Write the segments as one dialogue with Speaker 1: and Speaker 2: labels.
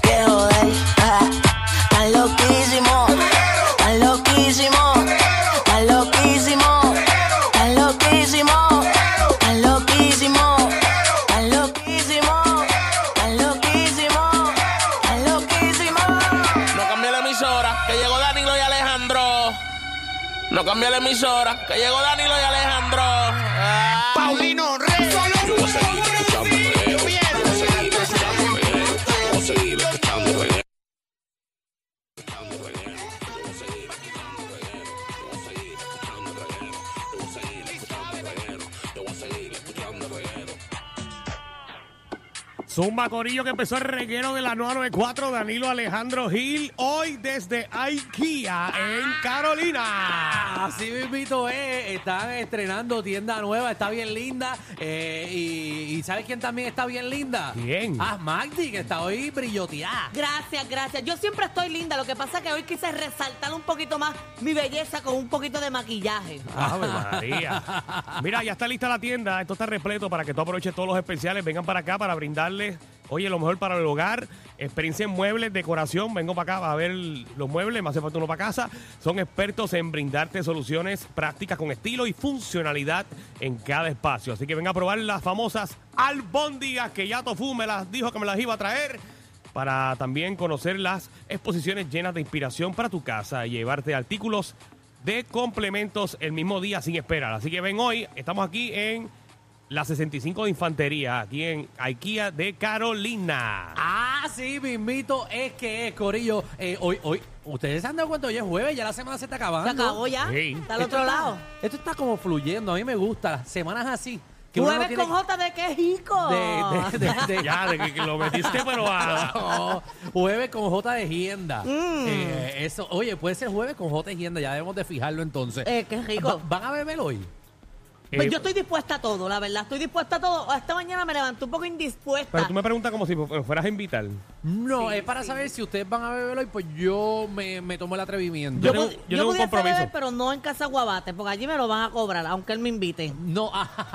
Speaker 1: que joder. Ah, Están loquísimos, están loquísimos, están loquísimos, están loquísimos, están loquísimos, están loquísimos, están loquísimos, están loquísimos.
Speaker 2: No cambie la emisora, que llegó Danilo y Alejandro. No cambie la emisora, que llegó Danilo y Alejandro. Ah.
Speaker 3: Paulino Rey. Solo un favorecido.
Speaker 4: Zumba Corillo que empezó el reguero de la 994, Danilo Alejandro Gil, hoy desde IKEA en Carolina.
Speaker 5: Así mismito es, están estrenando tienda nueva, está bien linda. eh, y, y ¿sabes quién también está bien linda?
Speaker 4: ¿Quién?
Speaker 5: Ah, Magdi, que está hoy brilloteada.
Speaker 6: Gracias, gracias. Yo siempre estoy linda. Lo que pasa es que hoy quise resaltar un poquito más mi belleza con un poquito de maquillaje.
Speaker 4: Ave María. Mira, ya está lista la tienda, esto está repleto para que tú aproveches todos los especiales, vengan para acá para brindarles, oye, lo mejor para el hogar, experiencia en muebles, decoración, vengo para acá para ver los muebles, me hace falta uno para casa. Son expertos en brindarte soluciones prácticas con estilo y funcionalidad en cada espacio. Así que venga a probar las famosas albóndigas que ya Tofu me las dijo que me las iba a traer para también conocer las exposiciones llenas de inspiración para tu casa y llevarte artículos de complementos el mismo día sin esperar. Así que ven hoy, estamos aquí en la 65 de Infantería, aquí en IKEA de Carolina.
Speaker 5: Ah, Así mismito es que es, Corillo. Eh, hoy, hoy, ustedes se han dado cuenta, hoy es jueves, ya la semana se está
Speaker 6: Se
Speaker 5: acabando.
Speaker 6: acabó ya.
Speaker 4: Sí.
Speaker 6: Está al
Speaker 5: Ah, Esto
Speaker 6: otro
Speaker 5: está-
Speaker 6: lado.
Speaker 5: Esto está como fluyendo, a mí me gusta, las semanas así. que uno no
Speaker 6: Jueves
Speaker 5: tiene
Speaker 6: con J de qué rico.
Speaker 5: de- de- de- de-
Speaker 4: Ya, de que, que lo metiste, pero a...
Speaker 5: No, jueves con J de Gienda.
Speaker 6: Mm.
Speaker 5: Eh, eso, oye, puede ser jueves con J de Gienda, ya debemos de fijarlo entonces.
Speaker 6: Eh, qué rico.
Speaker 5: Va- ¿Van a beber hoy?
Speaker 6: Pues
Speaker 4: Eh,
Speaker 6: yo estoy dispuesta a todo, la verdad. Estoy dispuesta a todo. Esta mañana me levanté un poco indispuesta.
Speaker 4: Pero tú me preguntas como si me fueras a invitar.
Speaker 5: No,
Speaker 6: Sí,
Speaker 5: es para
Speaker 6: sí.
Speaker 5: saber si ustedes van a beber hoy, pues yo me, me tomo el atrevimiento.
Speaker 4: Yo tengo-
Speaker 6: pod-
Speaker 4: yo tengo un
Speaker 6: pudiese
Speaker 4: compromiso.
Speaker 6: beber, pero no en Casa Guabate, porque allí me lo van a cobrar, aunque él me invite.
Speaker 5: No,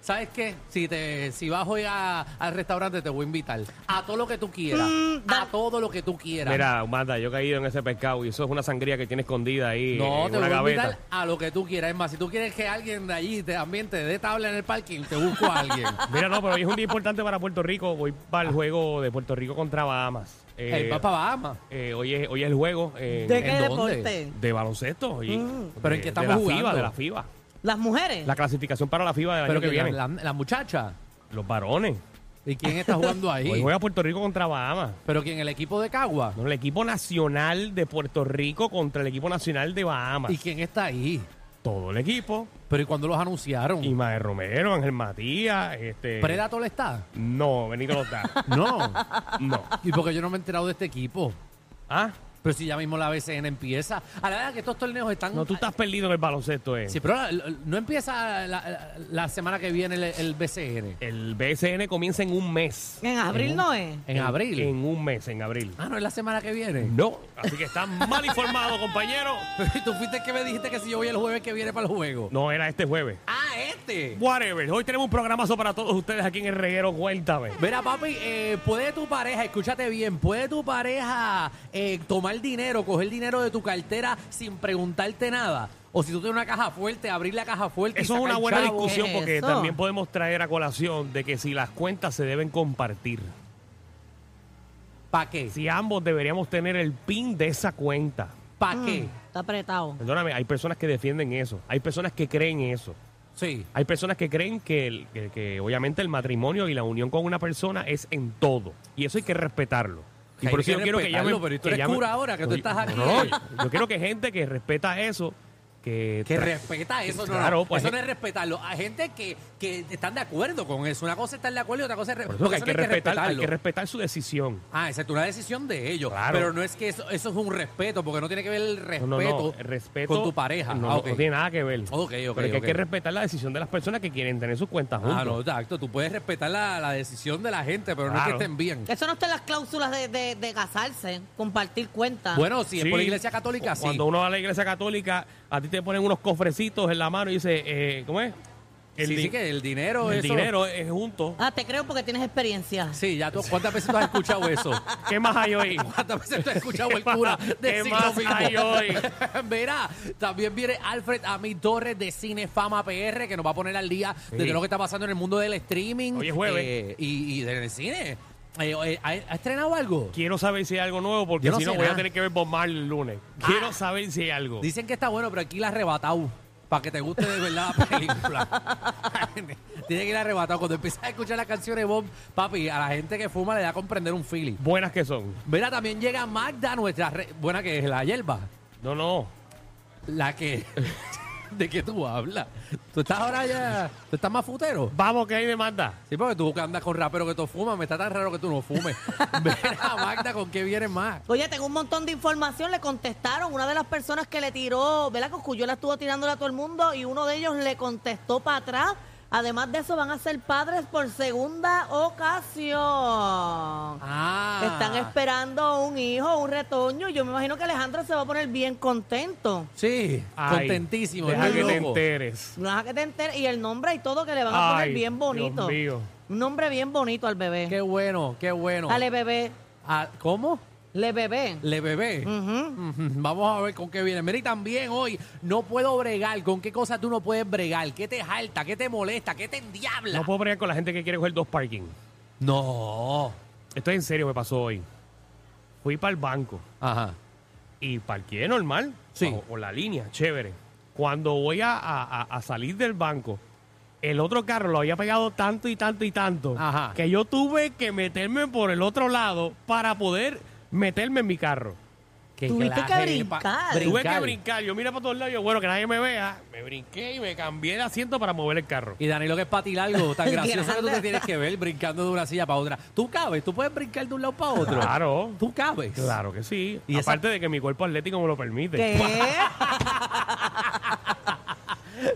Speaker 5: ¿sabes qué? Si te si vas hoy a- al restaurante te voy a invitar a todo lo que tú quieras, a todo lo que tú quieras.
Speaker 4: Mm, Mira, Manda, yo he caído en ese pescado y eso es una sangría que tiene escondida ahí
Speaker 5: no,
Speaker 4: en
Speaker 5: te
Speaker 4: eh, una
Speaker 5: voy a
Speaker 4: gaveta.
Speaker 5: invitar a lo que tú quieras. Es más, si tú quieres que alguien de allí te, también te dé tabla en el parking, te busco a alguien.
Speaker 4: Mira, no, pero hoy es un día importante para Puerto Rico. Voy para el juego de Puerto Rico contra Bahamas. Eh,
Speaker 5: Ah. el Papa Bahamas.
Speaker 4: eh, hoy, es, hoy es el juego eh,
Speaker 6: ¿De qué
Speaker 5: dónde?
Speaker 6: deporte?
Speaker 4: de baloncesto. oye.
Speaker 5: ¿Pero
Speaker 4: De-
Speaker 5: en qué estamos
Speaker 4: de la
Speaker 5: jugando?
Speaker 4: FIBA, de la FIBA.
Speaker 6: ¿Las
Speaker 5: Eh.
Speaker 6: mujeres?
Speaker 4: La clasificación para la FIBA del año
Speaker 5: Pero
Speaker 4: que
Speaker 5: que
Speaker 4: viene.
Speaker 5: la, la- la muchacha.
Speaker 4: Los varones.
Speaker 5: ¿Y quién está jugando
Speaker 4: Hoy
Speaker 5: ahí?
Speaker 4: juega Puerto Rico contra Bahamas.
Speaker 5: Pero quién, el equipo de Cagua.
Speaker 4: No, el equipo nacional de Puerto Rico contra el equipo nacional de Bahamas.
Speaker 5: ¿Y quién está ahí?
Speaker 4: Todo el equipo.
Speaker 5: Pero ¿y cuándo los anunciaron?
Speaker 4: Ismael Romero, Ángel Matías. Este...
Speaker 5: ¿Predator está?
Speaker 4: No, Benito los da.
Speaker 5: No.
Speaker 4: No.
Speaker 5: ¿Y porque yo no me he enterado de este equipo?
Speaker 4: ¿Ah?
Speaker 5: Pero si ya mismo la BCN empieza. A la verdad que estos torneos están.
Speaker 4: No, tú estás perdido en el baloncesto, eh.
Speaker 5: Sí, pero la- la- no empieza la, la- la semana que viene el, el BCN.
Speaker 4: El BSN comienza en un mes.
Speaker 6: En abril no es.
Speaker 5: En abril.
Speaker 4: En un mes, en abril.
Speaker 5: Ah, no es la semana que viene.
Speaker 4: No. Así que están mal informados, compañero.
Speaker 5: ¿Y tú fuiste el que me dijiste que si yo voy el jueves que viene para el juego?
Speaker 4: No era este jueves.
Speaker 5: Ah, este.
Speaker 4: Whatever. Hoy tenemos un programazo para todos ustedes aquí en el reguero. Cuéntame.
Speaker 5: Mira, papi, eh, puede tu pareja, escúchate bien, puede tu pareja eh, tomar dinero, coger dinero de tu cartera sin preguntarte nada. O si tú tienes una caja fuerte, abrir la caja fuerte. y
Speaker 4: Eso es
Speaker 5: sacar
Speaker 4: una buena
Speaker 5: chavo.
Speaker 4: discusión
Speaker 6: ¿Qué es
Speaker 4: porque
Speaker 6: eso?
Speaker 4: también podemos traer a colación de que si las cuentas se deben compartir.
Speaker 5: ¿Para qué?
Speaker 4: Si ambos deberíamos tener el PIN de esa cuenta.
Speaker 5: ¿Para
Speaker 4: Mm.
Speaker 5: qué?
Speaker 6: Mm, Está apretado.
Speaker 4: Perdóname, hay personas que defienden eso. Hay personas que creen eso.
Speaker 5: Sí.
Speaker 4: Hay personas que creen que, el- que- que obviamente el matrimonio y la unión con una persona es en todo. Y eso hay que respetarlo. Y
Speaker 5: Hay
Speaker 4: por eso
Speaker 5: que
Speaker 4: yo quiero que
Speaker 5: respetarlo,
Speaker 4: llamen.
Speaker 5: pero tú
Speaker 4: que
Speaker 5: eres
Speaker 4: llamen-
Speaker 5: cura ahora, que tú
Speaker 4: Oye,
Speaker 5: estás aquí.
Speaker 4: no, no, yo quiero que gente que respeta eso, que,
Speaker 5: Que
Speaker 4: tra-
Speaker 5: respeta eso, no,
Speaker 4: Claro,
Speaker 5: no.
Speaker 4: pues,
Speaker 5: eso no es respetarlo. Hay gente que, que están de acuerdo con eso. Una cosa es estar de acuerdo y otra cosa es re-
Speaker 4: por eso
Speaker 5: porque
Speaker 4: que hay,
Speaker 5: eso
Speaker 4: que
Speaker 5: no hay
Speaker 4: respetar, hay que
Speaker 5: respetarlo.
Speaker 4: respetar su decisión.
Speaker 5: Ah, esa es una decisión de ellos.
Speaker 4: Claro.
Speaker 5: Pero no es que eso, eso es un respeto, porque no tiene que ver el
Speaker 4: No,
Speaker 5: respeto,
Speaker 4: no, no, el respeto
Speaker 5: con tu pareja.
Speaker 4: No,
Speaker 5: Ah,
Speaker 4: no,
Speaker 5: ok.
Speaker 4: no tiene nada que ver.
Speaker 5: Ok, ok,
Speaker 4: Pero es que
Speaker 5: ok.
Speaker 4: hay que respetar la decisión de las personas que quieren tener sus cuentas juntos.
Speaker 5: Ah, no, exacto. Tú puedes respetar la, la decisión de la gente, pero no es
Speaker 4: Claro.
Speaker 5: que estén bien.
Speaker 6: Eso no está en las cláusulas de, de- de casarse, compartir cuentas.
Speaker 5: Bueno, si es
Speaker 4: Sí.
Speaker 5: por la iglesia católica, sí.
Speaker 4: Cuando uno va a la iglesia católica, a ti te ponen unos cofrecitos en la mano y dice, eh, ¿cómo es?
Speaker 5: sí,
Speaker 4: di-
Speaker 5: sí, que el dinero,
Speaker 4: el
Speaker 5: eso-
Speaker 4: dinero es junto.
Speaker 6: Ah, te creo porque tienes experiencia.
Speaker 5: Sí, ya tú, ¿cuántas veces tú has escuchado eso?
Speaker 4: ¿Qué más hay hoy?
Speaker 5: ¿Cuántas veces tú has escuchado el cura
Speaker 4: ¿Qué
Speaker 5: de
Speaker 4: más hay hoy?
Speaker 5: Mira, también viene Alfred Amid Torres de Cinefama PR que nos va a poner al día de
Speaker 4: Sí.
Speaker 5: todo lo que está pasando en el mundo del streaming.
Speaker 4: Hoy es jueves.
Speaker 5: eh, y, y del cine. Eh, eh, ¿ha, ha estrenado algo?
Speaker 4: Quiero saber si hay algo nuevo porque
Speaker 5: Yo no
Speaker 4: si no
Speaker 5: sé
Speaker 4: voy a
Speaker 5: nada. Ah.
Speaker 4: tener que ver Bob Marley el lunes. Quiero saber si hay algo.
Speaker 5: Dicen que está bueno, pero aquí la ha arrebatado. Para que te guste de verdad la película. Tiene que ir arrebatado. Cuando empiezas a escuchar las canciones Bob, papi, a la gente que fuma le da a comprender un feeling.
Speaker 4: Buenas que son.
Speaker 5: Mira, también llega Magda, nuestra re- buena que es la hierba.
Speaker 4: No, no.
Speaker 5: La que. ¿De qué tú hablas? ¿Tú estás ahora ya. ¿Tú estás más futero?
Speaker 4: Vamos, que hay demanda.
Speaker 5: Sí, porque tú que andas con rapero que tú fumas, me está tan raro que tú no fumes. Mira, Magda, ¿con qué vienes más?
Speaker 6: Oye, tengo un montón de información. Le contestaron una de las personas que le tiró, ¿verdad? Cosculluela estuvo tirándole a todo el mundo y uno de ellos le contestó para atrás. Además de eso, van a ser padres por segunda ocasión.
Speaker 5: Ah.
Speaker 6: Están esperando un hijo, un retoño. y Yo me imagino que Alejandro se va a poner bien contento.
Speaker 5: Sí,
Speaker 4: Ay,
Speaker 5: contentísimo.
Speaker 4: Deja
Speaker 5: es
Speaker 4: que te
Speaker 5: loco.
Speaker 4: enteres.
Speaker 6: No deja que te enteres. Y el nombre y todo que le van a poner
Speaker 4: Ay,
Speaker 6: bien bonito.
Speaker 4: Dios mío.
Speaker 6: Un nombre bien bonito al bebé.
Speaker 5: Qué bueno, qué bueno.
Speaker 6: Ale bebé.
Speaker 5: Ah, ¿Cómo?
Speaker 6: Le bebé.
Speaker 5: Le bebé.
Speaker 4: Mm.
Speaker 6: Ujú.
Speaker 5: Ujú, Vamos a ver con qué viene. Mira, y también hoy no puedo bregar. ¿Con qué cosas tú no puedes bregar? ¿Qué te jalta? ¿Qué te molesta? ¿Qué te endiabla?
Speaker 4: No puedo bregar con la gente que quiere coger dos parking.
Speaker 5: No.
Speaker 4: Esto es en serio, me pasó hoy. Fui para el banco
Speaker 5: Ajá.
Speaker 4: y parqué normal.
Speaker 5: Sí.
Speaker 4: bajo- Por la línea, chévere. Cuando voy a, a- a- a salir del banco, el otro carro lo había pegado tanto y tanto y tanto
Speaker 5: Ajá.
Speaker 4: que yo tuve que meterme por el otro lado para poder meterme en mi carro.
Speaker 5: Qué
Speaker 6: Tuviste
Speaker 5: clase
Speaker 6: que
Speaker 5: de
Speaker 6: brincar.
Speaker 5: pa-
Speaker 4: Tuve que brincar. Yo mira para todos lados, yo, bueno, que nadie me vea. Me brinqué y me cambié de asiento para mover el carro.
Speaker 5: Y Danilo, que es para ti largo, tan gracioso que tú te
Speaker 6: Grande.
Speaker 5: tienes que ver brincando de una silla para otra. Tú cabes, tú puedes brincar de un lado para otro.
Speaker 4: Claro.
Speaker 5: Tú cabes.
Speaker 4: Claro que sí.
Speaker 5: Y esa-
Speaker 4: Aparte de que mi cuerpo atlético me lo permite.
Speaker 6: ¿Qué?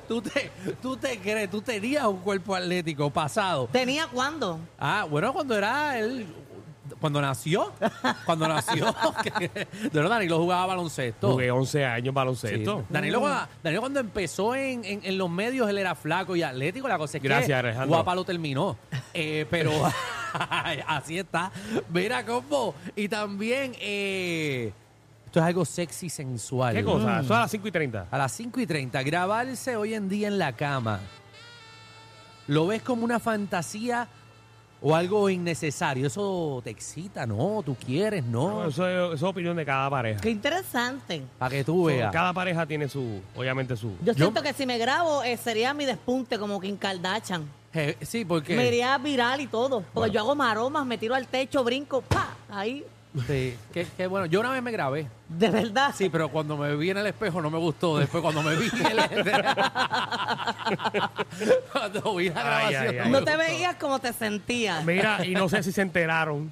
Speaker 5: Tú te, tú te crees, tú tenías un cuerpo atlético pasado.
Speaker 6: ¿Tenía cuándo?
Speaker 5: Ah, bueno, cuando era él. Cuando nació. Cuando nació. que- Bueno, Danilo jugaba baloncesto.
Speaker 4: Jugué 11 años
Speaker 5: Sí.
Speaker 4: baloncesto. Mm.
Speaker 5: Danilo, cua- Danilo cuando empezó en, en- en los medios, él era flaco y atlético. La cosa es que
Speaker 4: Gracias, Alejandro.
Speaker 5: guapa lo terminó. Eh, pero así está. Mira, combo. Y también, eh, esto es algo sexy, sensual. Mm.
Speaker 4: ¿Qué cosa? Eso a las 5 y 30.
Speaker 5: A las 5 y 30, grabarse hoy en día en la cama. ¿Lo ves como una fantasía o algo innecesario? Eso te excita, ¿no? ¿Tú quieres, no?
Speaker 4: No, eso, es, eso es opinión de cada pareja.
Speaker 6: Qué interesante.
Speaker 5: Para que tú veas.
Speaker 4: Cada pareja tiene su, obviamente su.
Speaker 6: Yo siento que si me grabo eh, sería mi despunte como Kim Kardashian.
Speaker 5: Eh, sí, porque...
Speaker 6: Me iría viral y todo. Porque yo hago maromas, me tiro al techo, brinco, ¡pa! Ahí,
Speaker 5: Sí, que, que bueno, yo una vez me grabé.
Speaker 6: de verdad.
Speaker 5: Sí, pero cuando me vi en el espejo no me gustó. Después cuando me vi en el cuando vi la
Speaker 4: Ay,
Speaker 5: grabación.
Speaker 4: ay, ay.
Speaker 6: no te veías como te sentías.
Speaker 4: Mira, y no sé si se enteraron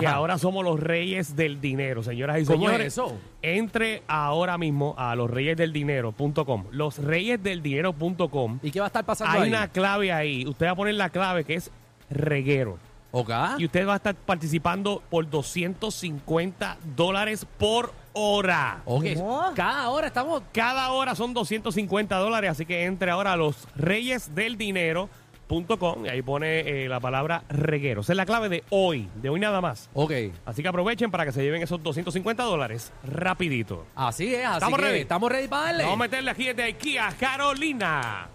Speaker 4: que
Speaker 5: Ajá.
Speaker 4: ahora somos los reyes del dinero, señoras y
Speaker 5: ¿Cómo es
Speaker 4: señores.
Speaker 5: eso?
Speaker 4: Entre ahora mismo a losreyesdeldinero.com. Losreyesdeldinero.com.
Speaker 5: ¿Y qué va a estar pasando
Speaker 4: Hay
Speaker 5: ahí?
Speaker 4: una clave ahí. Usted va a poner la clave que es reguero.
Speaker 5: Ok.
Speaker 4: Y usted va a estar participando por 250 dólares por hora.
Speaker 5: Ok,
Speaker 6: No.
Speaker 5: Cada hora estamos...
Speaker 4: Cada hora son 250 dólares, así que entre ahora a los reyesdeldinero.com y ahí pone eh, la palabra reguero. Esa es la clave de hoy, de hoy nada más.
Speaker 5: Ok.
Speaker 4: Así que aprovechen para que se lleven esos 250 dólares rapidito.
Speaker 5: Así es, así
Speaker 4: ¿Estamos
Speaker 5: que
Speaker 4: ready?
Speaker 5: estamos ready para darle.
Speaker 4: Vamos a meterle aquí desde aquí a Carolina.